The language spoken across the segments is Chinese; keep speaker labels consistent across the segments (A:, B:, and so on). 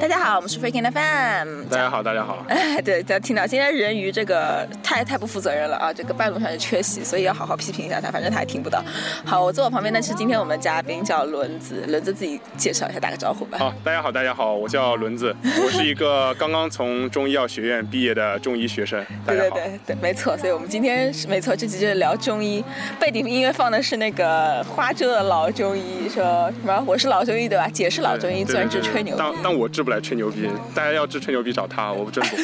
A: 大家好，我们是 Freaking FM。
B: 大家好，大家好。
A: 哎， 对，大家听到今天人鱼这个太太不负责任了啊，这个半路上就缺席，所以要好好批评一下他，反正他还听不到。好，我坐我旁边的是今天我们的嘉宾叫轮子，轮子自己介绍一下，打个招呼吧。
B: 好，大家好，大家好，我叫轮子，我是一个刚刚从中医药学院毕业的中医学生。大
A: 对
B: 家
A: 对
B: 好，
A: 对对，没错，所以我们今天是没错，这集就是聊中医，背景音乐放的是那个花粥的老中医，说什么我是老中医对吧？姐是老中医，
B: 对
A: 虽然只吹牛逼
B: 但，但我治不来吹牛逼，大家要治吹牛逼找他，我真不会。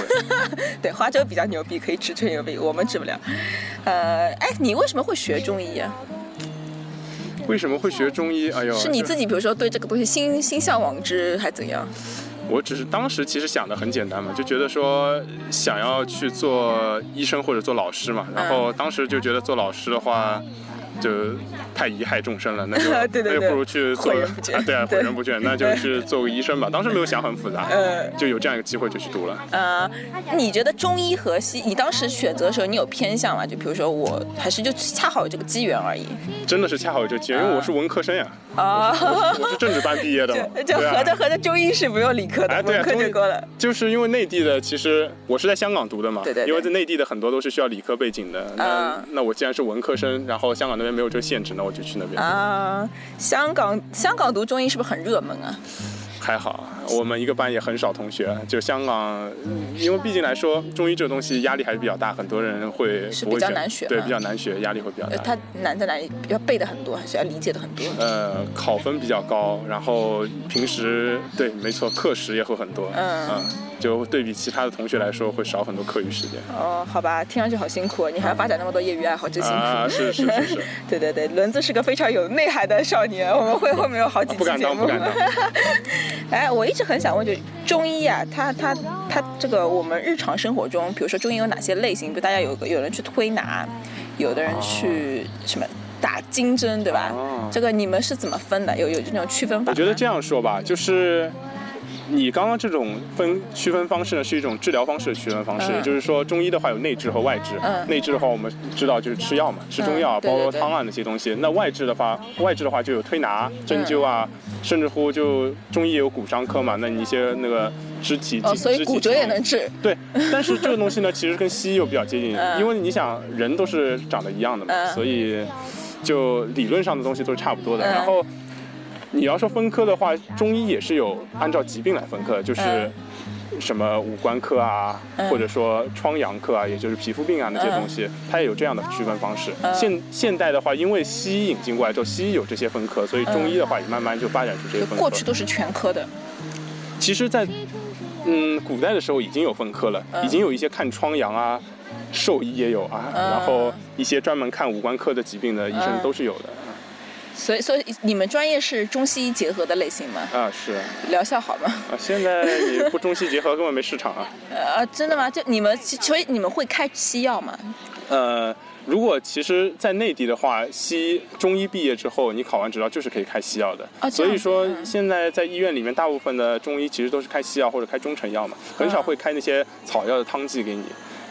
A: 对花粥比较牛逼，可以只吹牛逼，我们治不了。呃，哎，你为什么会学中医啊？
B: 为什么会学中医？哎呦，
A: 是你
B: 这
A: 自己，比如说对这个东西心心向往之，还怎样？
B: 我只是当时其实想的很简单嘛，就觉得说想要去做医生或者做老师嘛，然
A: 嗯
B: 后当时就觉得做老师的话。就太贻害众生了，那就
A: 对对对
B: 那就不如去做
A: 诲人不倦
B: 啊，对啊，
A: 对
B: 诲人不倦，那就去做个医生吧。当时没有想很复杂，
A: 呃
B: 就有这样一个机会就去读了。
A: 呃，你觉得中医和西，你当时选择的时候，你有偏向吗？就比如说我还是就恰好有这个机缘而已。
B: 真的是恰好有这机会，因为我是文科生呀，
A: 啊，，
B: 我是政治班毕业的嘛
A: 嗯 就
B: 对啊
A: 合着合着中医是不用理科的，
B: 哎，对
A: 文
B: 啊，
A: 科
B: 中
A: 就
B: 医
A: 够了。
B: 就是因为内地的，其实我是在香港读的嘛，
A: 对对对
B: 因为在内地的很多都是需要理科背景的。那
A: 嗯
B: 那我既然是文科生，然后香港那边没有这个限制，那我就去那边。
A: 啊，香港香港读中医是不是很热门啊？
B: 还好，我们一个班也很少同学。就香港，因为毕竟来说，中医这个东西压力还是比较大，很多人会
A: 是
B: 不会
A: 比较难学
B: 对，
A: 嗯
B: 比较难学，压力会比较
A: 呃，
B: 大。
A: 它难在哪里？要背的很多，还是要理解的很 多？
B: 呃，考分比较高，然后平时对，没错，课时也会很多，
A: 嗯
B: 就对比其他的同学来说，会少很多课余时间。啊
A: 哦，好吧，听上去好辛苦，哦你还要发展那么多业余爱好，真辛苦。
B: 啊，是是是是，
A: 对对对，轮子是个非常有内涵的少年，我们会后面有好几期
B: 不敢
A: 节
B: 当，
A: 目。
B: 不敢当。
A: 哎，我一直很想问，就中医啊，它它它这个我们日常生活中，比如说中医有哪些类型？比如大家有个有人去推拿，有的人去什么打金针，对吧？
B: 哦
A: 这个你们是怎么分的？有有这种区分法吗？
B: 我觉得这样说吧，就是你刚刚这种分区分方式呢，是一种治疗方式的区分方式，
A: 嗯
B: 也就是说中医的话有内治和外治。
A: 嗯
B: 内治的话我们知道就是吃药嘛，吃中药啊，
A: 嗯对
B: 包括
A: 对对
B: 汤啊那些东西。那外治的话，外治的话就有推拿、针灸啊，
A: 嗯
B: 甚至乎就中医也有骨伤科嘛，那你一些那个肢体
A: 哦，
B: 肢
A: 所以
B: 肢体
A: 骨折也
B: 疼
A: 能治。
B: 对，但是这个东西呢，其实跟西医又比较接近，
A: 嗯
B: 因为你想人都是长得一样的嘛，
A: 嗯
B: 所以就理论上的东西都是差不多的。
A: 嗯
B: 然后你要说分科的话，中医也是有按照疾病来分科，就是。
A: 嗯
B: 什么五官科啊，
A: 嗯
B: 或者说疮疡科啊，也就是皮肤病啊那些
A: 嗯
B: 东西，它也有这样的区分方式。
A: 嗯
B: 现现代的话，因为西医引进过来之后，西医有这些分科，所以中医的话也慢慢就发展出这些
A: 就
B: 分科。
A: 过去都是全科的，
B: 其实在，嗯古代的时候已经有分科了，
A: 嗯
B: 已经有一些看疮疡啊，兽医也有啊，
A: 嗯
B: 然后一些专门看五官科的疾病的医生
A: 嗯
B: 都是有的。
A: 所以所以你们专业是中西医结合的类型吗？
B: 啊，是啊，
A: 疗效好吗？
B: 现在你不中西结合根本没市场啊。
A: 呃，真的吗？就你们其所以你们会开西药吗？嗯
B: 呃，如果其实，在内地的话，西医中医毕业之后，你考完执照就是可以开西药的。
A: 啊这样
B: 所以说
A: 子，嗯
B: 现在在医院里面，大部分的中医其实都是开西药或者开中成药嘛，很少
A: 嗯
B: 会开那些草药的汤剂给你。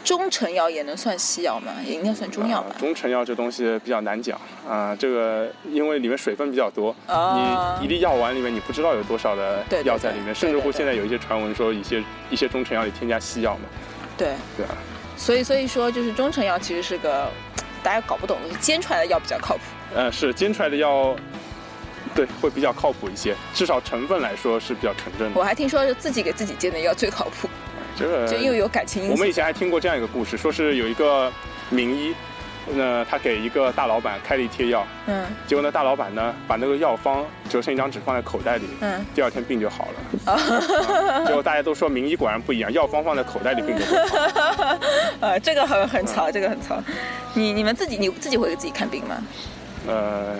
A: 中成药也能算西药吗？也应该算中药吧
B: 啊？中成药这东西比较难讲啊、这个因为里面水分比较多，
A: 哦
B: 你一粒药丸里面你不知道有多少的
A: 对对
B: 药在里面，
A: 对
B: 甚至
A: 对
B: 乎
A: 对
B: 现在有一些传闻说一些一些中成药里添加西药嘛，
A: 对，
B: 对啊，
A: 所以所以说就是中成药其实是个大家搞不懂的，煎出来的药比较靠谱。
B: 呃，是煎出来的药，对，会比较靠谱一些，至少成分来说是比较纯正
A: 我
B: 的。
A: 还听说是自己给自己煎的药最靠谱，
B: 这个
A: 就又有感情因
B: 呃我
A: 素
B: 们。以前还听过这样一个故事，说是有一个名医，那他给一个大老板开了一贴药，
A: 嗯
B: 结果呢大老板呢把那个药方折成一张纸放在口袋里，
A: 嗯，哦
B: 第二天病就好了。啊结果大家都说名医果然不一样，药方放在口袋里病就会好。
A: 呃，这个很很糙，这个很糙。你你们自己你自己会给自己看病吗？
B: 呃，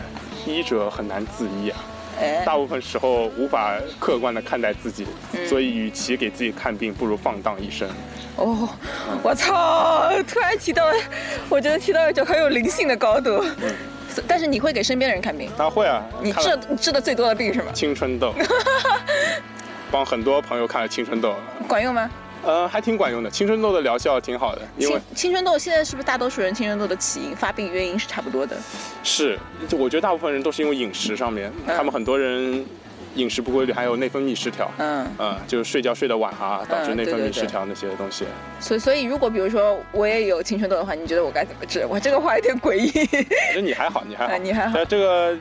B: 医者很难自医啊，
A: 哎，
B: 大部分时候无法客观的看待自己，
A: 嗯
B: 所以与其给自己看病，不如放荡一生。
A: 哦，我操！突然提到，我觉得提到一种很有灵性的高度。但是你会给身边的人看病？
B: 他会啊，
A: 你
B: 嗯看
A: 治
B: 了
A: 你治的最多的病是吗？
B: 青春 痘，帮很多朋友看了青春痘，
A: 管用吗？
B: 呃，还挺管用的，青春痘的疗效挺好的，因为
A: 青青春痘现在是不是大多数人青春痘的起因发病原因是差不多的？
B: 是，就我觉得大部分人都是因为饮食上面，
A: 嗯
B: 他们很多人饮食不规律，还有内分泌失调。
A: 嗯，
B: 嗯，就是睡觉睡得晚啊，导致
A: 嗯
B: 内
A: 对
B: 分
A: 对
B: 泌
A: 对
B: 失调那些东西。
A: 所以所以如果比如说我也有青春痘的话，你觉得我该怎么治？我这个话有点 诡异。
B: 其实你还好，你还好，
A: 啊你还好
B: 但这个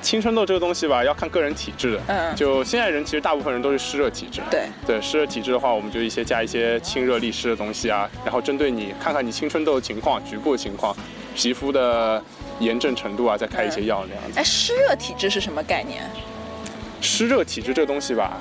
B: 青春痘这个东西吧，要看个人体质的。
A: 嗯
B: 就现在人其实大部分人都是湿热体质。
A: 对
B: 对，湿热体质的话，我们就一些加一些清热利湿的东西啊，然后针对你看看你青春痘的情况、局部的情况、皮肤的炎症程度啊，再开一些药那样子。
A: 哎，湿热体质是什么概念？啊
B: 湿热体质这个东西吧，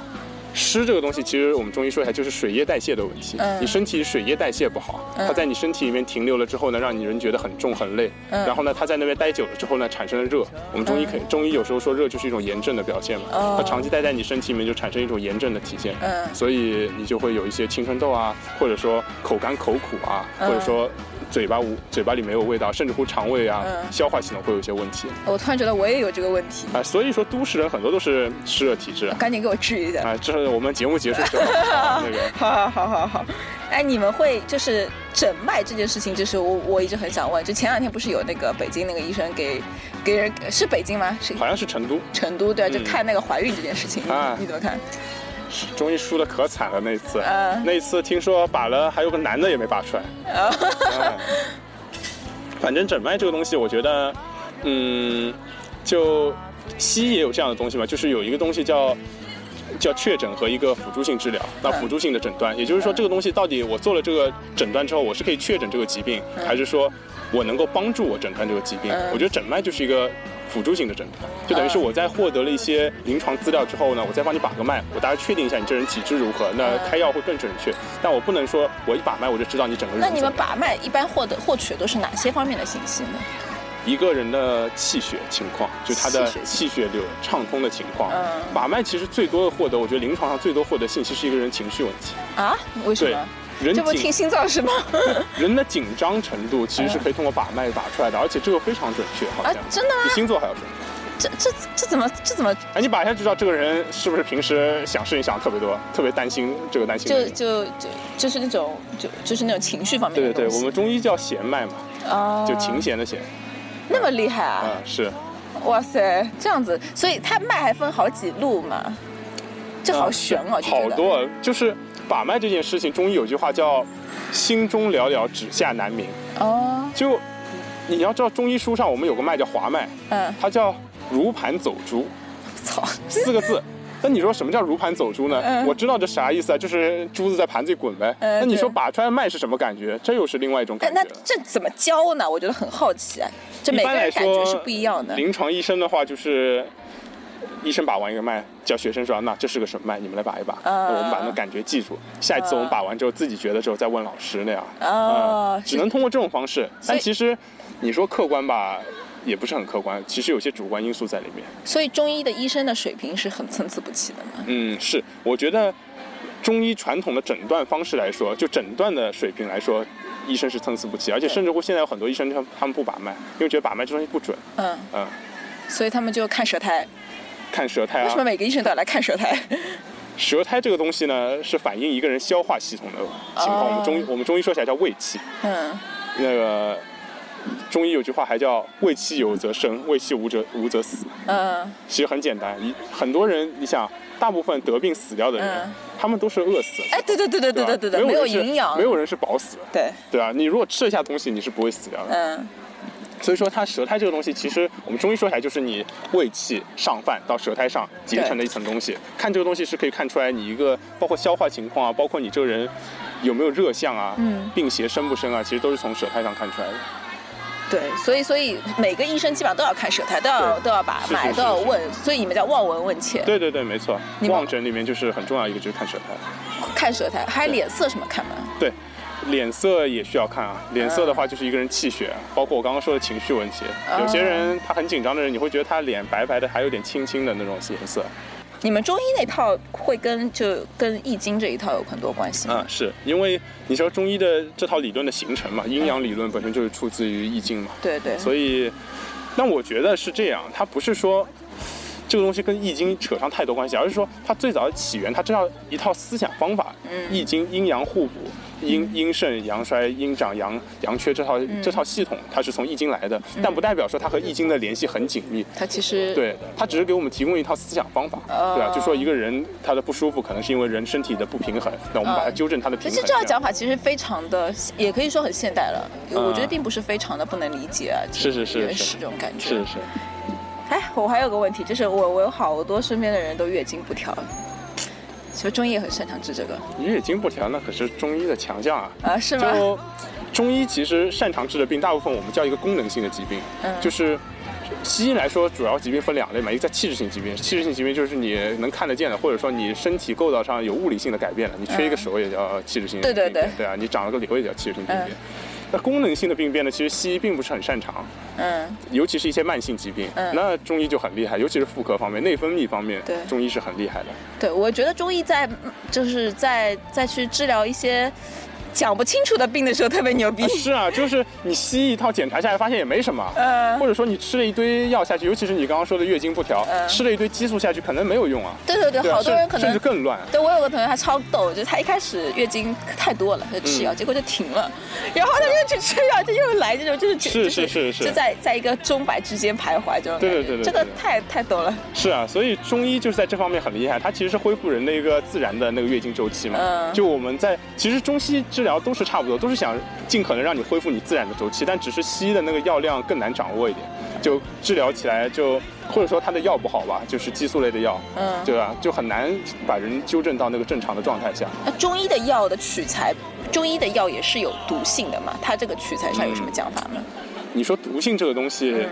B: 湿这个东西其实我们中医说起来就是水液代谢的问题。
A: 嗯
B: 你身体水液代谢不好，
A: 嗯
B: 它在你身体里面停留了之后呢，让你人觉得很重很累。
A: 嗯
B: 然后呢，它在那边待久了之后呢，产生了热。我们中医可以，中医有时候说热就是一种炎症的表现嘛，
A: 哦
B: 它长期待在你身体里面就产生一种炎症的体现。
A: 嗯
B: 所以你就会有一些青春痘啊，或者说口干口苦啊，
A: 嗯
B: 或者说嘴巴无嘴巴里没有味道，甚至乎肠胃啊、
A: 嗯
B: 消化系统会有一些问题啊、
A: 我突然觉得我也有这个问题，
B: 所以说都市人很多都是湿热体质啊。
A: 赶紧给我治一下。
B: 啊，这是我们节目结束之后好那个。
A: 好好好好好，哎，你们会就是诊脉这件事情，就是我我一直很想问，就前两天不是有那个北京那个医生给给人是北京吗？是
B: 好像是成都，
A: 成都对啊，就
B: 嗯
A: 看那个怀孕这件事情，你
B: 啊
A: 你怎么看？
B: 中医输的可惨了那次，
A: 嗯
B: 那次听说把了，还有个男的也没把出来。
A: 啊，
B: 哎 反正诊脉这个东西，我觉得，嗯，就西医也有这样的东西嘛，就是有一个东西叫叫确诊和一个辅助性治疗，那
A: 嗯
B: 辅助性的诊断，也就是说这个东西到底我做了这个诊断之后，我是可以确诊这个疾病，
A: 嗯
B: 还是说我能够帮助我诊断这个疾病
A: 嗯？
B: 我觉得诊脉就是一个。辅助性的诊断，就等于是我在获得了一些临床资料之后呢，我再帮你把个脉，我大概确定一下你这人体质如何，那
A: 嗯
B: 开药会更准确。但我不能说我一把脉我就知道你整个人
A: 那
B: 怎
A: 你
B: 么
A: 们把脉一般获得获取的都是哪些方面的信息呢？
B: 一个人的气血情况，就他的
A: 气血
B: 气血流畅通的情况。
A: 嗯
B: 把脉其实最多的获得，我觉得临床上最多获得信息是一个人情绪问题。
A: 啊？为什
B: 对
A: 么？，
B: 人
A: 这不听
B: 紧
A: 心脏是吗？
B: 人的紧张程度其实是可以通过把脉打出来的，而且这个非常准确，好像、
A: 啊真的吗
B: 比星座还要准。
A: 这这这怎么这怎么
B: 哎，你把一下就知道这个人是不是平时想事情想得特别多，特别担心这个担心那
A: 就
B: 个。
A: 就就就是那种就就是那种情绪方面
B: 对
A: 的
B: 对对，
A: 东
B: 我
A: 西
B: 们中医叫弦脉嘛，
A: 哦，
B: 就琴弦的弦，
A: 那么厉害啊！
B: 啊、是。
A: 哇塞，这样子，所以它脉还分好几路嘛，这 好悬哦，就觉
B: 啊嗯好
A: 得。
B: 多啊就是把脉这件事情，中医有句话叫“心中寥寥，指下难明
A: 哦”。，
B: 就你要知道，中医书上我们有个脉叫滑脉，
A: 嗯，
B: 它叫如盘走珠，
A: 操，
B: 四个字。那你说什么叫如盘走珠呢？
A: 嗯
B: 我知道这啥意思啊，就是珠子在盘子里滚呗。
A: 嗯
B: 那你说
A: 对
B: 把出来脉是什么感觉？这又是另外一种
A: 哎，
B: 感觉
A: 那
B: 了。
A: 这怎么教呢？我觉得很好奇啊，这
B: 一
A: 每个
B: 般来
A: 人感
B: 说
A: 觉是不一样的。
B: 临床医生的话就是，医生把完一个脉，叫学生说：“啊那这是个什么脉？你们来把一把。
A: 啊
B: 那我们把那感觉记住，下一次我们把完之后自己觉得之后再问老师那样。
A: 哦
B: 嗯
A: 是
B: 只能通过这种方式。
A: 所以
B: 但其实你说客观吧，也不是很客观，其实有些主观因素在里面。
A: 所以中医的医生的水平是很参差不齐的嘛。
B: 嗯，是，我觉得中医传统的诊断方式来说，就诊断的水平来说。医生是参差不齐，而且甚至乎现在有很多医生他他们不把脉，因为觉得把脉这东西不准，
A: 嗯，
B: 嗯，
A: 所以他们就看舌苔。
B: 看舌苔啊。
A: 为什么每个医生都要来看舌苔？
B: 舌苔这个东西呢，是反映一个人消化系统的情况。
A: 哦
B: 我们中医我们中医说起来叫胃气，
A: 嗯，
B: 那个中医有句话还叫“胃气有则生，胃气无则无则死
A: 嗯，”。
B: 其实很简单，你很多人，你想，大部分得病死掉的人，
A: 嗯
B: 他们都是饿死的。
A: 哎，对对对对对对
B: 吧
A: 对对，
B: 没
A: 没有
B: 人是
A: 营养，
B: 没有人是饱死的，
A: 对，
B: 对吧、你如果吃了一下东西，你是不会死掉的。
A: 嗯
B: 所以说，它舌苔这个东西，其实我们中医说起来就是你胃气上泛到舌苔上结成的一层东西。看这个东西是可以看出来你一个包括消化情况啊，包括你这个人有没有热象啊，
A: 嗯
B: 病邪深不深啊，其实都是从舌苔上看出来的。
A: 对，所以所以每个医生基本上都要看舌苔，都要
B: 对
A: 都要把
B: 是是
A: 脉，
B: 是
A: 都要
B: 是
A: 问，所以你们叫望闻问切。
B: 对对对，没错。
A: 你们
B: 望诊里面就是很重要一个就是看舌苔，
A: 看舌苔，还有
B: 对
A: 脸色什么看吗？
B: 对。脸色也需要看啊，脸色的话就是一个人气血，包括我刚刚说的情绪问题。有些人他很紧张的人，你会觉得他脸白白的，还有点青青的那种颜色。
A: 你们中医那套会跟就跟易经这一套有很多关系吗？
B: 啊，是因为你说中医的这套理论的形成嘛，阴阳理论本身就是出自于易经嘛，
A: 对对，
B: 所以，那我觉得是这样，它不是说这个东西跟易经扯上太多关系，而是说它最早的起源，它这套一套思想方法，
A: 嗯
B: 易经阴阳互补。阴阴盛阳衰、阴长阳阳缺这套、这套系统，它是从易经来的，但不代表说它和易经的联系很紧密。
A: 它其实
B: 对，它只是给我们提供一套思想方法，
A: 哦
B: 对啊吧？就说一个人他的不舒服，可能是因为人身体的不平衡，那我们把它
A: 嗯
B: 纠正他的平
A: 其
B: 衡。
A: 实这样
B: 样
A: 讲法其实非常的，也可以说很现代了。
B: 嗯
A: 我觉得并不是非常的不能理解啊，
B: 是是是
A: 原
B: 是
A: 始这种感觉。
B: 是是，
A: 哎，我还有个问题，就是我我有好多身边的人都月经不调，其实中医也很擅长治这个
B: 月经不调那可是中医的强项啊。
A: 啊，是吗？
B: 就中医其实擅长治的病，大部分我们叫一个功能性的疾病，
A: 嗯
B: 就是。西医来说，主要疾病分两类嘛，一个叫器质性疾病，器质性疾病就是你能看得见的，或者说你身体构造上有物理性的改变了，你缺一个手也叫器质性病
A: 嗯对
B: 变，
A: 对对
B: 啊，你长了个瘤也叫器质性病变。
A: 嗯
B: 那功能性的病变呢，其实西医并不是很擅长，
A: 嗯
B: 尤其是一些慢性疾病，
A: 嗯
B: 那中医就很厉害，尤其是妇科方面、内分泌方面
A: 对，
B: 中医是很厉害的。
A: 对，我觉得中医在就是在在去治疗一些讲不清楚的病的时候特别牛逼
B: 啊。是啊，就是你西医一套检查下来发现也没什么，
A: 呃
B: 或，者说你吃了一堆药下去，尤其是你刚刚说的月经不调，
A: 嗯
B: 吃了一堆激素下去，可能没有用啊。
A: 对对对，
B: 对啊，
A: 好多人
B: 甚
A: 可
B: 甚至
A: 能。
B: 更乱。
A: 对，我有个朋友，他超逗，就是他一开始月经太多了，他就
B: 嗯
A: 吃药，结果就停了，然后他就去吃药，就又来这种，就是
B: 是
A: 就是
B: 是是
A: 就在在一个钟摆之间徘徊这种感觉。
B: 对对对对
A: 这个
B: 对
A: 太太逗了。
B: 是啊，所以中医就是在这方面很厉害，它其实是恢复人的一个自然的那个月经周期嘛。
A: 嗯
B: 就我们在其实中西治疗都是差不多，都是想尽可能让你恢复你自然的周期，但只是西医的那个药量更难掌握一点，就治疗起来就或者说它的药不好吧，就是激素类的药，
A: 嗯
B: 对啊吧？就很难把人纠正到那个正常的状态下。
A: 那中医的药的取材，中医的药也是有毒性的嘛？它这个取材上有什么
B: 嗯
A: 讲法吗？
B: 你说毒性这个东西，
A: 嗯，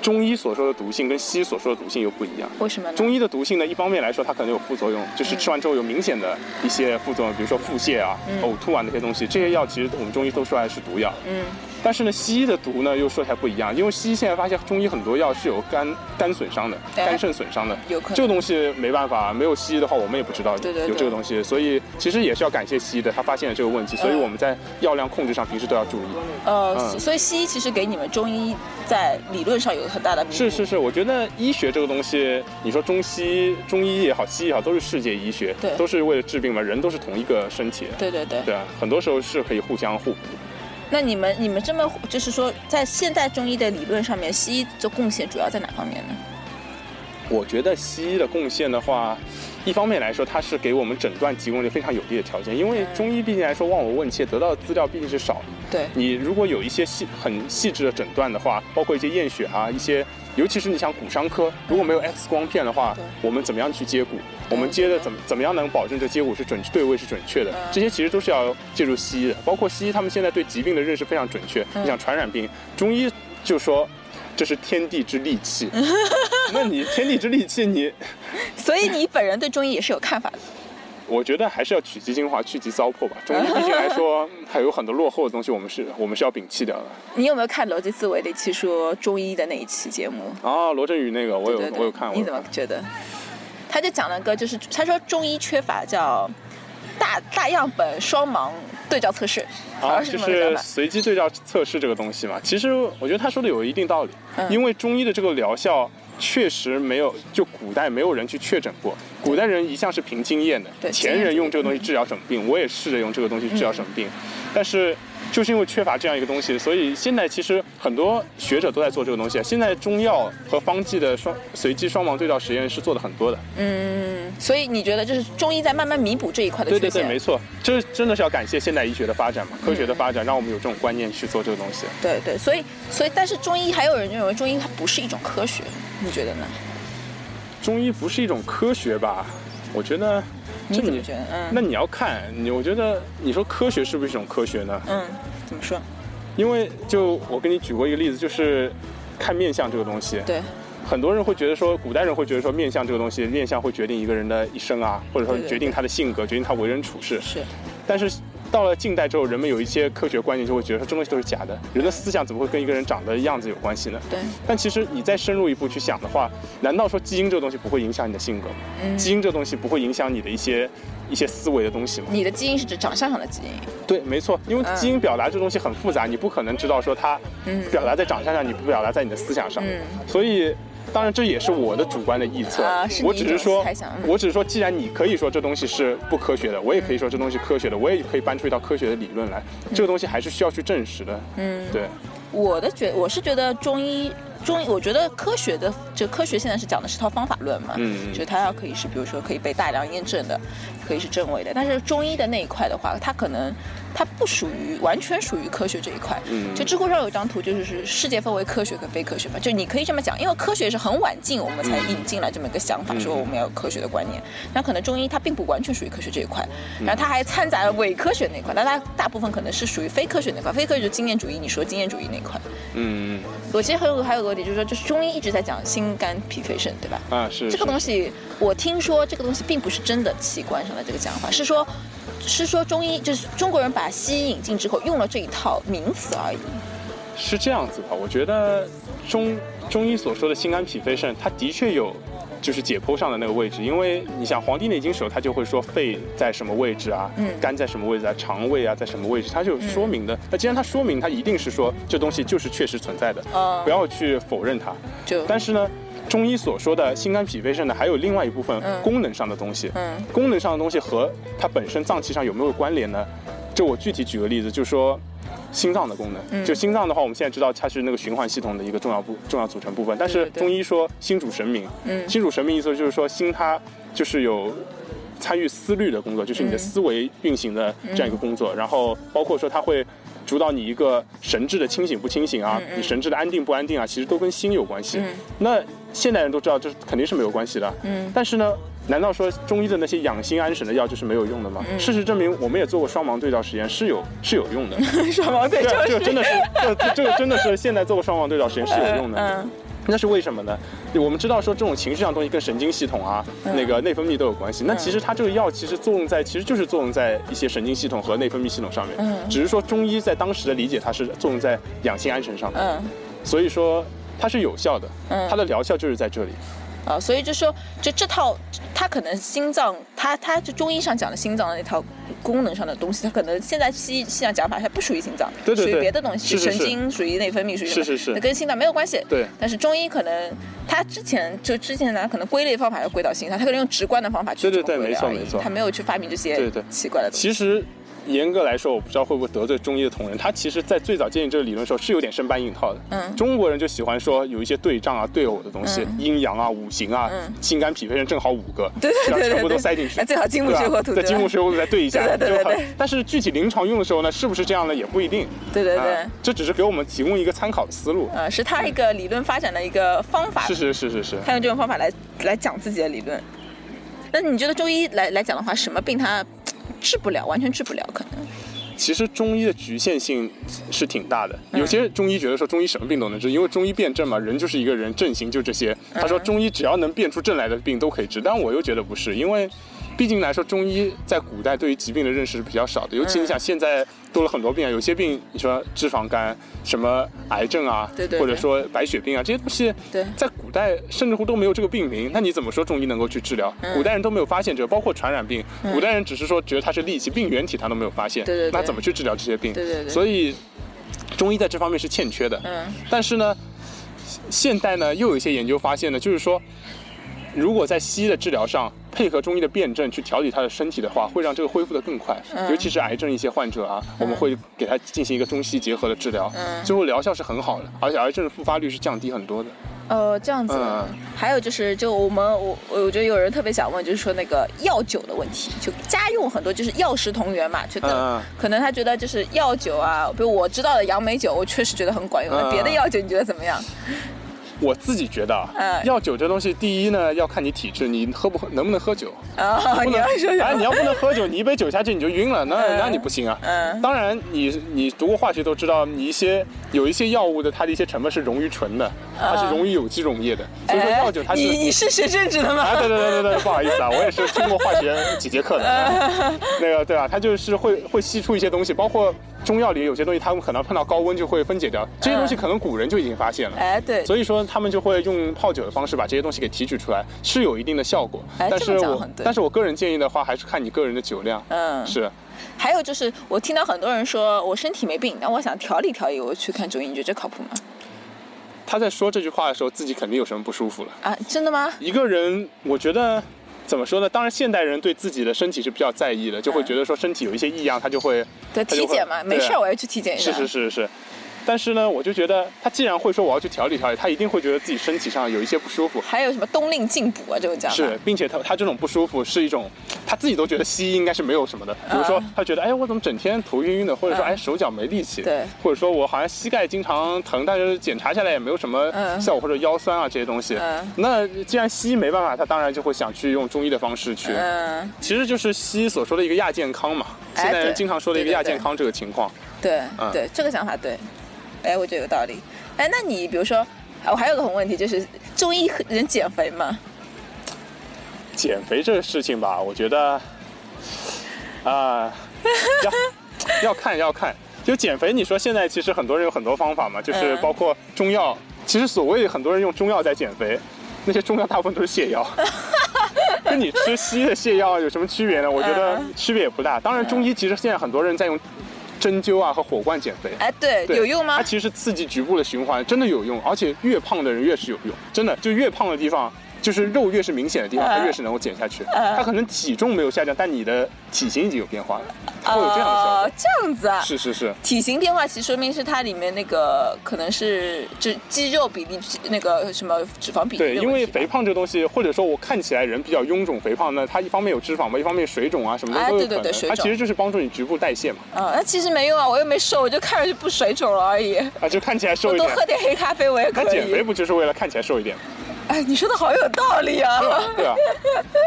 B: 中医所说的毒性跟西医所说的毒性又不一样。
A: 为什么呢？
B: 中医的毒性呢，一方面来说它可能有副作用，就是吃完之后有明显的一些副作用，比如说腹泻啊、
A: 嗯
B: 呕吐啊那些东西。这些药其实我们中医都说来是毒药，
A: 嗯
B: 但是呢，西医的毒呢又说起来不一样，因为西医现在发现中医很多药是有肝肝损伤的、
A: 哎
B: 肝肾损伤的，
A: 有可能
B: 这个东西没办法，没有西医的话我们也不知道
A: 对对对
B: 有这个东西，所以其实也是要感谢西医的，他发现了这个问题，所以
A: 嗯
B: 我们在药量控制上平时都要注意。
A: 呃，
B: 嗯
A: 所所以西医其实给你们中医在理论上有很大的弥补
B: 是是是，我觉得医学这个东西，你说中西中医也好，西医也好，都是世界医学，
A: 对
B: 都是为了治病嘛，人都是同一个身体，
A: 对对对。
B: 对啊，很多时候是可以互相互补的。
A: 那你们你们这么就是说，在现代中医的理论上面，西医的贡献主要在哪方面呢？
B: 我觉得西医的贡献的话，一方面来说，它是给我们诊断提供了非常有利的条件，因为
A: 嗯
B: 中医毕竟来说望闻问切，得到的资料毕竟是少的。
A: 对，
B: 你如果有一些细很细致的诊断的话，包括一些验血啊，一些，尤其是你想骨伤科，如果没有 X 光片的
A: 嗯
B: 话
A: 对，嗯
B: 我们怎么样去接骨？我们接的怎么怎么样能保证这接骨是准对位是准确的
A: 嗯？
B: 这些其实都是要借助西医的，包括西医他们现在对疾病的认识非常准确。
A: 嗯
B: 你想传染病，中医就说这是天地之利 器，那你天地之利器你。
A: 所以你本人对中医也是有看法的。
B: 我觉得还是要取其精华，去其糟粕吧。中医毕竟来 说，还有很多落后的东西，我们是我们是要摒弃掉的。
A: 你有没有看逻辑思维那期说中医的那一期节目？
B: 啊，罗振宇那个我有
A: 对对对
B: 我有看，我
A: 你
B: 有
A: 怎么
B: 看
A: 觉得？他就讲了个，就是他说中医缺乏叫大大样本双盲对照测试，好
B: 啊，
A: 像是
B: 就
A: 这么个
B: 是
A: 讲法。
B: 随机对照测试这个东西嘛。其实我觉得他说的有一定道理，
A: 嗯
B: 因为中医的这个疗效确实没有，就古代没有人去确诊过。古代人一向是凭经验的
A: 对，
B: 前人用这个东西治疗什么病，我也试着用这个东西治疗
A: 嗯
B: 什么病，但是。就是因为缺乏这样一个东西，所以现在其实很多学者都在做这个东西。啊现在中药和方剂的双随机双盲对照实验是做的很多的。
A: 嗯，所以你觉得就是中医在慢慢弥补这一块的缺
B: 对
A: 陷？
B: 对对，没错，这真的是要感谢现代医学的发展
A: 嗯
B: 嘛，科学的发展让我们有这种观念去做这个东西。
A: 对对，所以所以但是中医还有人认为中医它不是一种科学，你觉得呢？
B: 中医不是一种科学吧？我觉得，
A: 你
B: 这
A: 怎么觉得？嗯，
B: 那你要看你，我觉得你说科学是不是一种科学呢？
A: 嗯，怎么说？
B: 因为就我给你举过一个例子，就是看面相这个东西，
A: 对，
B: 很多人会觉得说，古代人会觉得说面相这个东西，面相会决定一个人的一生啊，或者说
A: 对对
B: 决定他的性格，决定他为人处事。
A: 是
B: 但是到了近代之后，人们有一些科学观念就会觉得说，这东西都是假的，人的思想怎么会跟一个人长得样子有关系呢？
A: 对，
B: 但其实你再深入一步去想的话，难道说基因这个东西不会影响你的性格吗？
A: 嗯
B: 基因这东西不会影响你的一些一些思维的东西吗？
A: 你的基因是指长相上的基因，
B: 对，没错，因为
A: 嗯
B: 基因表达这东西很复杂，你不可能知道说它
A: 嗯
B: 表达在长相上，你不表达在你的思想上，
A: 嗯
B: 所以当然，这也是我的主观的臆测，
A: 啊是你
B: 我只是
A: 一
B: 说
A: 种猜想，嗯
B: 我只是说，既然你可以说这东西是不科学的，我也可以说这东西科学的，我也可以搬出一套科学的理论来，这个东西还是需要去证实的。
A: 嗯，
B: 对，
A: 我的觉我是觉得中医中医，我觉得科学的就科学现在是讲的是套方法论嘛，
B: 嗯
A: 就是它要可以是比如说可以被大量验证的，可以是证伪的。但是中医的那一块的话，它可能它不属于完全属于科学这一块。
B: 嗯
A: 就知乎上有一张图，就是是世界分为科学和非科学嘛，就你可以这么讲，因为科学是很晚近我们才
B: 嗯
A: 引进来这么一个想法，
B: 嗯
A: 说我们要有科学的观念。那可能中医它并不完全属于科学这一块，
B: 嗯
A: 然后它还掺杂了伪科学那一块，但它大部分可能是属于非科学那块，非科学就经验主义，你说经验主义那一块。
B: 嗯
A: 我其实还有个还有个问题，就是说，就是中医一直在讲心肝脾肺肾，对吧？
B: 啊是
A: 这个
B: 是
A: 东西，我听说这个东西并不是真的器官上的这个讲法，是说，是说中医就是中国人把西医引进之后用了这一套名词而已。
B: 是这样子吧？我觉得中中医所说的心肝脾肺肾，它的确有。就是解剖上的那个位置，因为你想《黄帝内经》时候，他就会说肺在什么位置啊，
A: 嗯
B: 肝在什么位置啊，肠胃啊在什么位置，它是有说明的。那既然它说明，它一定是说这东西就是确实存在的，
A: 哦
B: 不要去否认它。
A: 就
B: 但是呢，中医所说的心肝脾肺肾呢，还有另外一部分
A: 嗯
B: 功能上的东西。
A: 嗯
B: 功能上的东西和它本身脏器上有没有关联呢？这我具体举个例子，就说心脏的功能。
A: 嗯
B: 就心脏的话，我们现在知道它是那个循环系统的一个重要部重要组成部分，但
A: 对
B: 是
A: 对对
B: 中医说心主神明，
A: 嗯
B: 心主神明意思就是说心它就是有。参与思虑的工作，就是你的
A: 嗯
B: 思维运行的这样一个工作，然后包括说它会主导你一个神志的清醒不清醒啊，
A: 嗯嗯
B: 你神志的安定不安定啊，其实都跟心有关系。
A: 嗯
B: 那现代人都知道这肯定是没有关系的，
A: 嗯
B: 但是呢，难道说中医的那些养心安神的药就是没有用的吗？
A: 嗯
B: 事实证明，我们也做过双盲对照实验，是有是有用的。
A: 嗯， 双盲对
B: 对啊，这
A: 就
B: 个真
A: 是
B: 的是，这这这个真的是现在做过双盲对照实验是有用的。
A: 嗯
B: 那是为什么呢？我们知道说这种情绪上的东西跟神经系统啊、
A: 嗯
B: 那个内分泌都有关系。那
A: 嗯
B: 其实它这个药其实作用在，其实就是作用在一些神经系统和内分泌系统上面。
A: 嗯
B: 只是说中医在当时的理解，它是作用在养心安神上面，
A: 嗯
B: 所以说它是有效的，
A: 嗯
B: 它的疗效就是在这里。
A: 啊，所以就说，就这套，它可能心脏，它它就中医上讲的心脏的那套功能上的东西，它可能现在西西上讲法它不属于心脏，
B: 对对
A: 属于
B: 对
A: 别的东西，
B: 是是是
A: 神经属于内分泌，属于什么
B: 是是是
A: 那跟心脏没有关系。
B: 对
A: 但是中医可能它之前就之前呢，可能归类方法要归到心脏，它可能用直观的方法去这
B: 对对
A: 么
B: 对
A: 归类
B: 没错
A: 而已
B: 没错
A: 它没有去发明这些
B: 对对
A: 奇怪的东西。
B: 其实严格来说，我不知道会不会得罪中医的同仁，他其实在最早建立这个理论的时候是有点生搬硬套的。
A: 嗯
B: 中国人就喜欢说有一些对仗啊、对偶的东西，
A: 嗯
B: 阴阳啊、五行啊、
A: 嗯
B: 心肝脾肺肾正好五个，
A: 对对
B: 然后
A: 对对
B: 全部都
A: 对
B: 塞进去，
A: 哎最好金木
B: 对吧
A: 水火土
B: 对
A: 对吧
B: 金木水火土再对一下，
A: 对对对
B: 就很
A: 对对。
B: 但是具体临床用的时候呢，是不是这样呢？也不一定。
A: 对对对
B: 啊，这只是给我们提供一个参考的思路。
A: 呃，是它一个理论发展的一个方法
B: 是是是是是。
A: 他用这种方法来来讲自己的理论。那你觉得中医来来讲的话，什么病他治不了，完全治不了？可能
B: 其实中医的局限性是挺大的。
A: 嗯
B: 有些中医觉得说中医什么病都能治，因为中医辩证嘛，人就是一个人，症型就这些。
A: 嗯
B: 他说中医只要能辨出症来的病都可以治，但我又觉得不是，因为毕竟来说中医在古代对于疾病的认识是比较少
A: 嗯
B: 的，尤其你想现在多了很多病啊，有些病你说脂肪肝、什么癌症啊，
A: 对对对
B: 或者说白血病啊这些东西，
A: 对
B: 在古代甚至乎都没有这个病名，那你怎么说中医能够去治疗？
A: 嗯
B: 古代人都没有发现这个，包括传染病，古代人只是说觉得它是戾气，病原体他都没有发现，
A: 对对对
B: 那怎么去治疗这些病？
A: 对对对
B: 所以中医在这方面是欠缺的。
A: 嗯
B: 但是呢，现代呢又有一些研究发现呢，就是说，如果在西医的治疗上配合中医的辩证去调理他的身体的话，会让这个恢复得更快。
A: 嗯
B: 尤其是癌症一些患者啊，我们会给他进行一个中西结合的治疗，
A: 嗯
B: 最后疗效是很好的，而且癌症的复发率是降低很多的。
A: 呃，这样子。
B: 嗯
A: 还有就是，就我们我我觉得有人特别想问，就是说那个药酒的问题，就家用很多就是药食同源嘛，觉得、
B: 嗯嗯
A: 可能他觉得就是药酒啊，比如我知道的杨梅酒，我确实觉得很管用。那
B: 嗯
A: 别的药酒你觉得怎么样？
B: 我自己觉得啊，
A: 嗯
B: 药酒这东西，第一呢要看你体质，你喝不喝，能不能喝酒。
A: 啊，
B: 不
A: 你
B: 能
A: 要说什么？
B: 哎，你要不能喝酒，你一杯酒下去你就晕了，那、
A: 嗯
B: 那你不行啊。
A: 嗯
B: 当然你，你读过化学都知道，你一些有一些药物的它的一些成分是溶于醇的，它是溶于有机溶液的，所啊以说药酒它
A: 嗯
B: 是。
A: 哎你你是学政治的吗？
B: 啊，对对对对对，不好意思啊，我也是听过化学几节课的，啊
A: 嗯
B: 那个对吧？它就是会会析出一些东西，包括中药里有些东西，他们可能碰到高温就会分解掉，这些
A: 嗯
B: 东西可能古人就已经发现了。
A: 哎，对，
B: 所以说他们就会用泡酒的方式把这些东西给提取出来，是有一定的效果。
A: 哎
B: 但
A: 这
B: 是
A: 么讲
B: 我
A: 很对
B: 但是我个人建议的话，还是看你个人的酒量。
A: 嗯，
B: 是，
A: 还有就是，我听到很多人说我身体没病，但我想调理调理，我去看中医，你觉得这靠谱吗？
B: 他在说这句话的时候，自己肯定有什么不舒服了。
A: 啊，真的吗？
B: 一个人，我觉得怎么说呢？当然，现代人对自己的身体是比较在意的，就会觉得说身体有一些异样，他就会
A: 对，
B: 他就
A: 体
B: 会
A: 检嘛，
B: 对啊
A: 没事儿我要去体检一下。
B: 是是是是。但是呢，我就觉得他既然会说我要去调理调理，他一定会觉得自己身体上有一些不舒服。
A: 还有什么冬令进补啊，这种讲法
B: 是，并且他他这种不舒服是一种，他自己都觉得西医应该是没有什么的。比如说
A: 嗯，
B: 他觉得哎，我怎么整天头晕晕的，或者说
A: 嗯
B: 哎手脚没力气，
A: 对
B: 或者说我好像膝盖经常疼，但是检查下来也没有什么
A: 嗯
B: 效果，或者腰酸啊这些东西
A: 嗯。
B: 那既然西医没办法，他当然就会想去用中医的方式去，
A: 嗯，
B: 其实就是西医所说的一个亚健康嘛，
A: 哎
B: 现代人
A: 对
B: 经常说的一个
A: 对对
B: 亚
A: 对
B: 健康这个情况。
A: 对
B: 嗯
A: 对，这个想法对。哎，我觉得有道理。哎，那你比如说，啊我还有个很问题，就是中医人减肥吗？
B: 减肥这个事情吧，我觉得，啊、要要看要看。就减肥，你说现在其实很多人有很多方法嘛，就是
A: 嗯
B: 包括中药。其实所谓很多人用中药在减肥，那些中药大部分都是泻 药，跟你吃西医的泻药有什么区别呢？我觉得
A: 嗯
B: 区别也不大。当然，中医其实现在很多人在用针灸啊和火罐减肥。
A: 哎，对，
B: 对
A: 有用吗
B: 它？其实刺激局部的循环，真的有用，而且越胖的人越是有用，真的就越胖的地方。就是肉越是明显的地方，
A: 啊
B: 它越是能够减下去。
A: 啊
B: 它可能体重没有下降，但你的体型已经有变化了，它
A: 哦，
B: 会有这样的效果。
A: 这样子啊。
B: 是是是，
A: 体型变化其实说明是它里面那个可能是就肌肉比例那个什么脂肪比例
B: 对，
A: 的
B: 因
A: 问
B: 为
A: 题吧啊
B: 肥胖这个东西，或者说我看起来人比较臃肿肥胖呢，它一方面有脂肪嘛，一方面水肿啊什么
A: 哎
B: 的都有
A: 对
B: 可
A: 对
B: 能。
A: 对水
B: 它
A: 肿
B: 其实就是帮助你局部代谢嘛，
A: 嗯，那其实没用啊，我又没瘦，我就看上去不水肿了而已。
B: 啊，就看起来瘦
A: 我
B: 一
A: 多
B: 点。
A: 喝点黑咖啡我也可
B: 那
A: 以。
B: 减肥不就是为了看起来瘦一点吗？
A: 哎，你说的好有道理啊！
B: 对吧？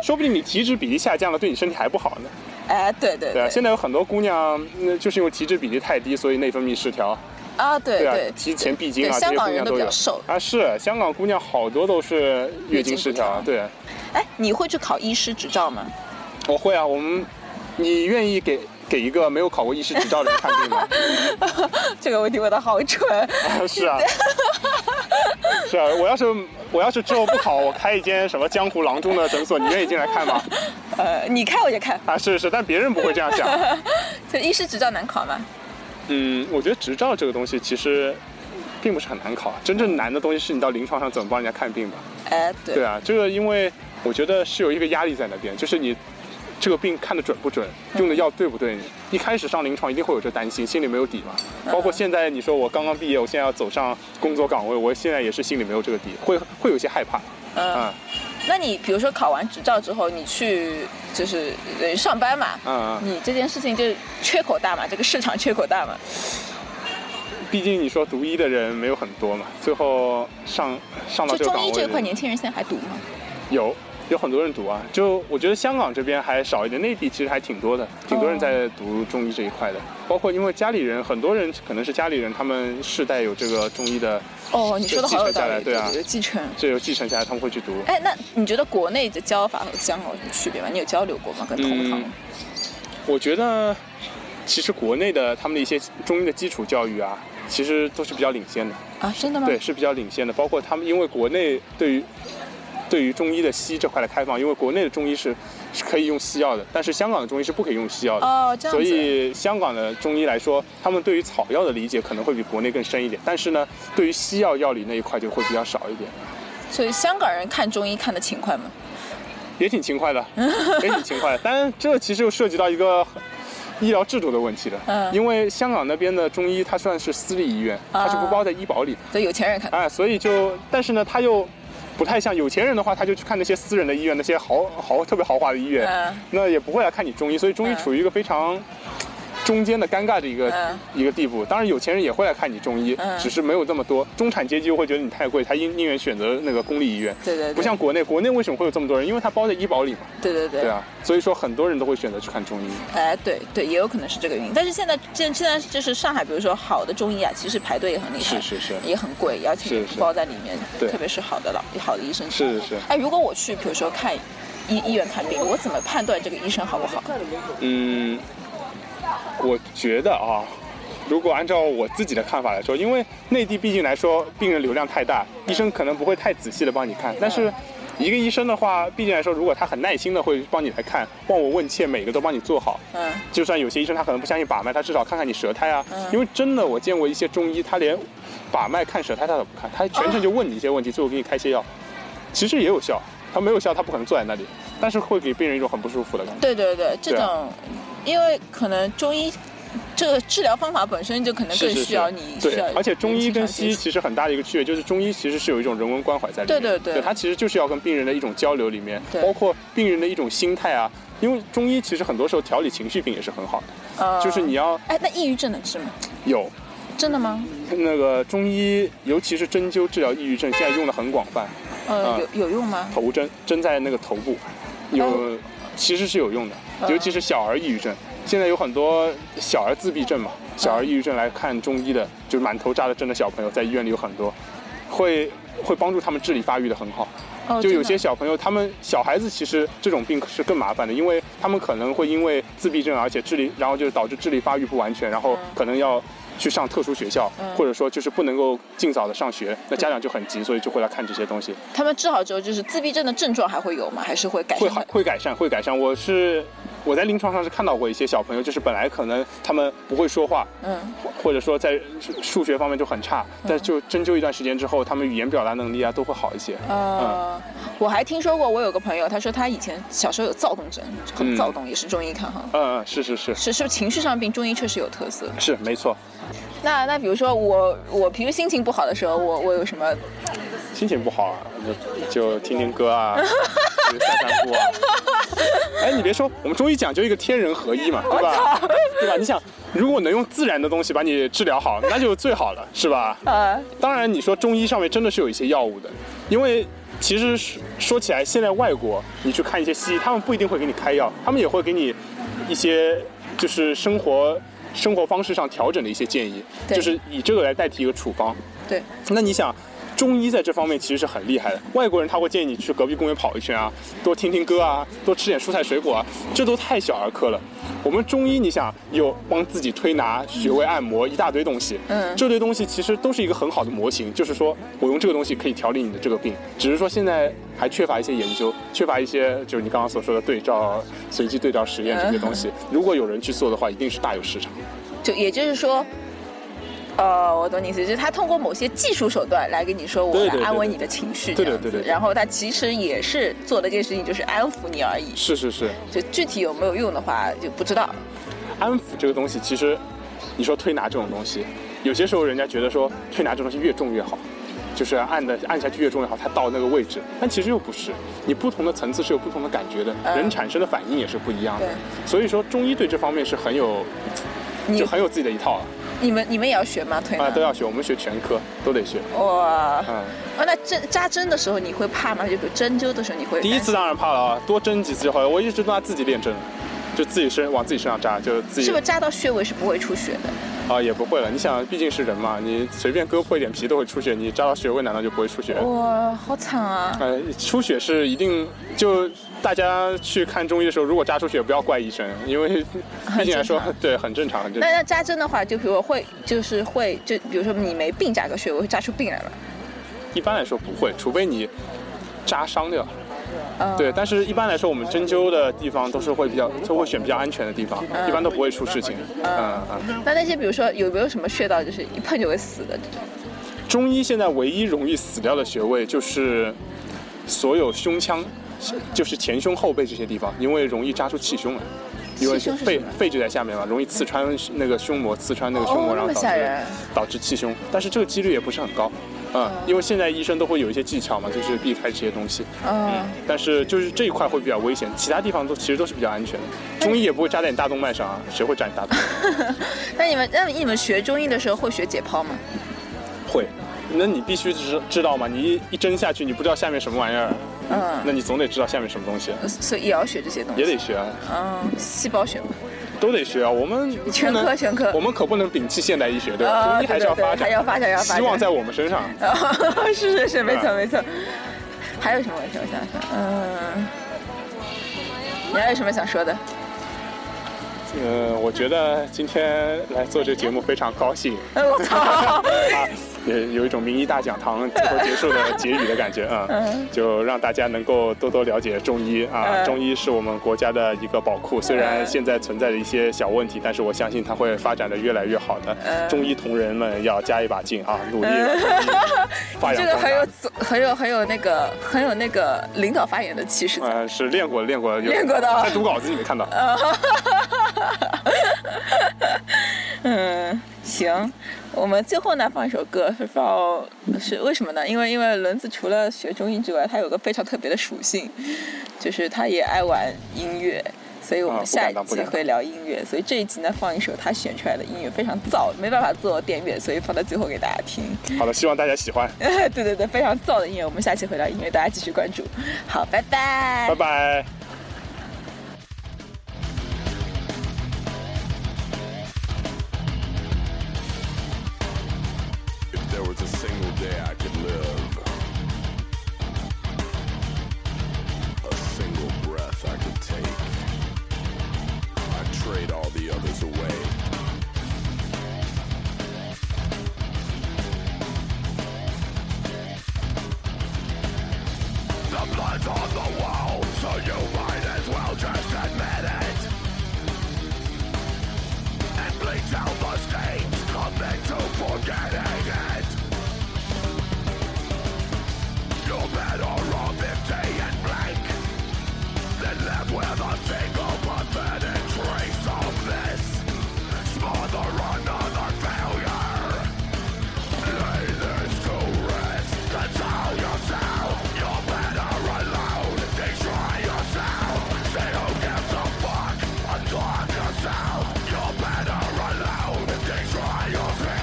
B: 说不定你体脂比例下降了，对你身体还不好呢。
A: 哎，对对
B: 对啊，
A: 对，
B: 现在有很多姑娘，那就是因为体脂比例太低，所以内分泌失调。
A: 啊，对
B: 啊
A: 对，，
B: 提前闭经啊，
A: 对
B: 这
A: 香
B: 些姑
A: 港人
B: 娘
A: 都
B: 都
A: 比
B: 有
A: 较瘦。
B: 啊。是，香港姑娘好多都是月经失调啊。
A: 月经不
B: 对，
A: 哎，你会去考医师执照吗？
B: 我会啊。我们，你愿意给给一个没有考过医师执照的人看病吗？
A: 这个问题问的好蠢。
B: 啊是啊，是啊。我要是我要是之后不考，我开一间什么江湖郎中的诊所，你愿意进来看 吗？
A: 呃，你看我就看，
B: 啊，是是，但别人不会这样想。
A: 这医师执照难考吗？
B: 嗯，我觉得执照这个东西其实。并不是很难考啊，真正难的东西是你到临床上怎么帮人家看病吧。
A: 哎，对，
B: 对啊，这个因为我觉得是有一个压力在那边，就是你这个病看得准不准，
A: 嗯
B: 用的药对不对你。一开始上临床一定会有这担心，心里没有底嘛。包
A: 嗯
B: 括现在你说我刚刚毕业，我现在要走上工作岗位，我现在也是心里没有这个底，会会有一些害怕。
A: 嗯，
B: 嗯
A: 那你比如说考完执照之后，你去就是呃上班嘛，
B: 嗯嗯，
A: 你这件事情就是缺口大嘛，这个市场缺口大嘛，
B: 毕竟你说读医的人没有很多嘛，最后上上到
A: 就
B: 这个
A: 中
B: 岗
A: 医
B: 位
A: 这
B: 的
A: 一块，
B: 人
A: 年轻人现在还读吗？
B: 有有很多人读啊，就我觉得香港这边还少一点，内地其实还挺多的，挺多人在读中医这一块的。包括因为家里人，很多人可能是家里人，他们世代有这个中医的，
A: 哦，你说的好有道理，
B: 对啊
A: 继承。
B: 这有继承下来，他们会去读。
A: 哎，那你觉得国内的教法和香港有什么区别吗？你有交流过吗？跟同行？
B: 嗯我觉得其实国内的他们的一些中医的基础教育啊，其实都是比较领先的，
A: 啊，真的吗？
B: 对，是比较领先的。包括他们，因为国内对于对于中医的西医这块的开放，因为国内的中医是是可以用西药的，但是香港的中医是不可以用西药的。
A: 哦，这样
B: 所
A: 子。
B: 以香港的中医来说，他们对于草药的理解可能会比国内更深一点，但是呢，对于西药药理那一块就会比较少一点，
A: 所以香港人看中医看得勤快吗？
B: 也挺勤 快的，也挺勤快的。但这其实又涉及到一个医疗制度的问题的，
A: 嗯
B: 因为香港那边的中医它算是私立医院，它是不包在医保里的，
A: 对，有钱人看。
B: 哎，所以就，但是呢，它又。不太像有钱人的话，他就去看那些私人的医院，那些豪豪特别豪华的医院，
A: 嗯
B: 那也不会来看你中医，所以中医
A: 嗯
B: 处于一个非常中间的尴尬的一个、
A: 嗯
B: 一个地步。当然，有钱人也会来看你中医，
A: 嗯
B: 只是没有这么多。中产阶级又会觉得你太贵，他宁宁愿选择那个公立医院。
A: 对对对。
B: 不像国内，国内为什么会有这么多人？因为它包在医保里嘛，
A: 对对对。
B: 对啊，所以说很多人都会选择去看中医。
A: 哎，对对，也有可能是这个原因。但是现在现现在就是上海，比如说好的中医啊，其实排队也很厉害，
B: 是是是
A: 也很贵，也要请
B: 是是
A: 包在里面，
B: 对
A: 特别是好的老好的医生。
B: 是是
A: 哎，如果我去，比如说看医医院看病，我怎么判断这个医生好不好？
B: 嗯，我觉得啊，如果按照我自己的看法来说，因为内地毕竟来说病人流量太大，医生可能不会太仔细的帮你看，但是。一个医生的话，毕竟来说，如果他很耐心的会帮你来看，望闻问切，每个都帮你做好。
A: 嗯，
B: 就算有些医生他可能不相信把脉，他至少看看你舌苔啊。
A: 嗯
B: 因为真的，我见过一些中医，他连把脉看舌苔他都不看，他全程就问你一些问题，最后给你开些药。其实也有效，他没有效，他不可能坐在那里，但是会给病人一种很不舒服的感觉。
A: 对对对，这
B: 对啊
A: 种，因为可能中医这个治疗方法本身就可能
B: 是
A: 更
B: 是
A: 需
B: 是
A: 要你需
B: 对
A: 要，
B: 而且中医跟
A: 临
B: 西医
A: 床接触
B: 其实很大的一个区别就是中医其实是有一种人文关怀在里面，
A: 对对对
B: 它其实就是要跟病人的一种交流里面，
A: 对
B: 包括病人的一种心态啊，因为中医其实很多时候调理情绪病也是很好的，
A: 呃
B: 就是你要
A: 哎，那抑郁症能治吗？
B: 有
A: 真的吗？
B: 那个中医，尤其是针灸治疗抑郁症，现在用的很广泛，
A: 呃，
B: 嗯
A: 有有用吗？
B: 头针针在那个头部，有其实是有用的，
A: 哦嗯
B: 尤其是小儿抑郁症。现在有很多小儿自闭症嘛，
A: 嗯
B: 小儿抑郁症来看中医的，就是满头扎的针的小朋友，在医院里有很多，会会帮助他们智力发育的很好。
A: 哦，
B: 就
A: 真
B: 有
A: 的
B: 些小朋友，他们小孩子其实这种病是更麻烦的，因为他们可能会因为自闭症，而且智力，然后就是导致智力发育不完全，然后
A: 嗯
B: 可能要去上特殊学校，
A: 嗯
B: 或者说就是不能够尽早的上学，那家长就很急，所以就会来看这些东西，
A: 他们治好之后，就是自闭症的症状还会有吗？还是会改
B: 会
A: 善？
B: 好会改善，会改善。我是我在临床上是看到过一些小朋友，就是本来可能他们不会说话，
A: 嗯，
B: 或者说在数数学方面就很差，但就针灸一段时间之后，他们语言表达能力啊都会好一些。
A: 呃，
B: 嗯
A: 我还听说过，我有个朋友，他说他以前小时候有躁动症，很
B: 嗯
A: 躁动，也是中医看哈。
B: 嗯嗯，是是是
A: 是是不是情绪上的病，中医确实有特色。
B: 是，没错。
A: 那那比如说我我平时心情不好的时候，我我有什么
B: 心情不好啊，就就听听歌 啊，就散散步啊。哎，你别说，我们中医讲究一个天人合一嘛，对吧？对吧？你想，如果能用自然的东西把你治疗好，那就最好了，是吧？
A: 呃
B: 当然，你说中医上面真的是有一些药物的，因为其实说说起来，现在外国你去看一些西医，他们不一定会给你开药，他们也会给你一些就是生活生活方式上调整的一些建议，
A: 对
B: 就是以这个来代替一个处方。
A: 对
B: 那你想，中医在这方面其实是很厉害的。外国人他会建议你去隔壁公园跑一圈啊，多听听歌啊，多吃点蔬菜水果啊，这都太小儿科了。我们中医，你想有帮自己推拿、穴位按摩一大堆东西，
A: 嗯
B: 这堆东西其实都是一个很好的模型，就是说我用这个东西可以调理你的这个病，只是说现在还缺乏一些研究，缺乏一些就是你刚刚所说的对照、随机对照实验这些东西。如果有人去做的话，一定是大有市场。
A: 就也就是说，呃，我懂你意思，就是他通过某些技术手段来跟你说，我
B: 对
A: 来
B: 对对
A: 安慰
B: 对
A: 你的情绪，
B: 对对
A: 这样子
B: 对对对
A: 然后他其实也是做的这件事情，就是安抚你而已。
B: 是是是。
A: 就具体有没有用的话，就不知道。
B: 安抚这个东西，其实你说推拿这种东西，有些时候人家觉得说推拿这东西越重越好，就是按的按下去越重越好，它到那个位置，但其实又不是，你不同的层次是有不同的感觉的，
A: 嗯
B: 人产生的反应也是不一样的
A: 对。
B: 所以说中医对这方面是很有，
A: 你
B: 就很有自己的一套了
A: 你们你们也要学吗？推拿
B: 啊，都要学，我们学全科都得学。
A: 哇、
B: 嗯，
A: 哦，那针扎针的时候你会怕吗？就比如针灸的时候你会
B: 第一
A: 担
B: 次
A: 心
B: 当然怕了啊，多针几次就好了。我一直都拿自己练针，就自己身往自己身上扎，就自己
A: 是不是扎到穴位是不会出血的？
B: 啊，也不会了。你想，毕竟是人嘛，你随便割破一点皮都会出血，你扎到穴位难道就不会出血？
A: 哇，好惨啊！
B: 呃，出血是一定，就大家去看中医的时候，如果扎出血，不要怪医生，因为毕竟来说
A: 很正常，
B: 对，很正常，很正
A: 那
B: 常。
A: 那扎针的话，就比如会就是会就比如说你没病扎个穴位会扎出病来了。
B: 一般来说不会，除非你扎伤掉。
A: 嗯
B: 对，但是一般来说，我们针灸的地方都是会比较，都会选比较安全的地方，一般都不会出事情。嗯嗯。
A: 那那些比如说有没有什么穴道就是一碰就会死的这种？
B: 中医现在唯一容易死掉的穴位就是所有胸腔，就是前胸后背这些地方，因为容易扎出气胸来。因为
A: 气胸是
B: 肺
A: 什么
B: 肺就在下面嘛，容易刺穿那个胸膜，刺穿那个胸膜，
A: 哦
B: 然后
A: 那么
B: 导
A: 吓
B: 致
A: 人
B: 导致气胸。但是这个几率也不是很高，嗯，因为现在医生都会有一些技巧嘛，就是避开这些东西。
A: 嗯，
B: 但是就是这一块会比较危险，其他地方都其实都是比较安全
A: 哎
B: 的。中医也不会扎在你大动脉上啊，谁会扎你 大动脉？
A: 那你们那你们学中医的时候会学解剖吗？
B: 会，那你必须知知道嘛，你一一针下去，你不知道下面什么玩意儿，啊
A: 嗯
B: 那你总得知道下面什么东西，
A: 所以也要学这些东西。
B: 也得学啊，
A: 嗯，细胞学嘛。
B: 都得学啊。我们不能
A: 全科全科
B: 我们可不能摒弃现代医学，对吧？
A: 啊
B: 中医还是要
A: 对对
B: 发
A: 对
B: 展，
A: 还要发展要发展
B: 希望嗯在我们身上。
A: 啊， 是是是，没错
B: 对
A: 没错。还有什么问题？我想想，嗯，你还有什么想说的？
B: 嗯、我觉得今天来做这个节目非常高兴。
A: 哎，我操！
B: 啊，有有一种名医大讲堂最后结束的结语的感觉啊、嗯，就让大家能够多多了解中医啊，
A: 嗯
B: 中医是我们国家的一个宝库，虽然
A: 嗯
B: 现在存在着一些小问题，但是我相信它会发展的越来越好的。
A: 嗯
B: 中医同仁们要加一把劲啊，努力让中 医 发扬
A: 这个
B: 光
A: 很有
B: 大。
A: 组很有很有那个很有那个领导发言的气势在。
B: 呃，是练过练过有
A: 练过的啊
B: 在读稿子里面看到。
A: 嗯，行，我们最后呢放一首歌，是放是为什么呢？因为因为轮子除了学中医之外，他有个非常特别的属性，就是他也爱玩音乐，所以我
B: 啊
A: 们
B: 不
A: 下
B: 敢
A: 一
B: 当不
A: 集
B: 敢当
A: 会聊音乐，所以这一集呢放一首他选出来的音乐，非常燥，没办法做点乐，所以放在最后给大家听。
B: 好的，希望大家喜欢，
A: 对对对，非常燥的音乐，我们下期会聊音乐，大家继续关注。好，拜拜
B: 拜拜。
C: If there was a single day I could live, a single breath I could take, I'd trade all the others away. The blood's on the wall, so you might as well just admit it. And bleeds out the stains, commit to forgetting it. You're better off empty and blank than left with a single pathetic trace of this. Smother another failure. Lay this to rest and tell yourself you're better alone. Destroy yourself. See who gives a fuck. Unlock yourself. You're better alone. Destroy yourself.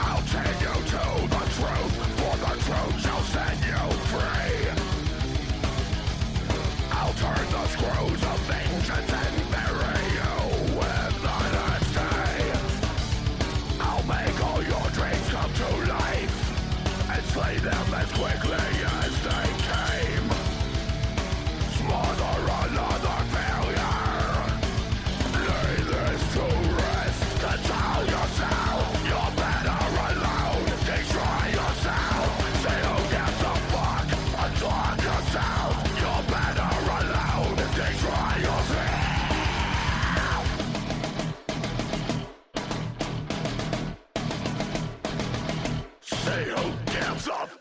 C: I'll take you to the truth, for the truth shall set you free. I'll turn the screws of vengeance and bury you with honesty. I'll make all your dreams come to life and slay them as quickly as they came. Smother another failure. Lay this to rest and tell yourself you're better alone. Destroy yourself. See who gives a fuck. Unlock yourself. You're better alone. Destroy yourself. See who gives a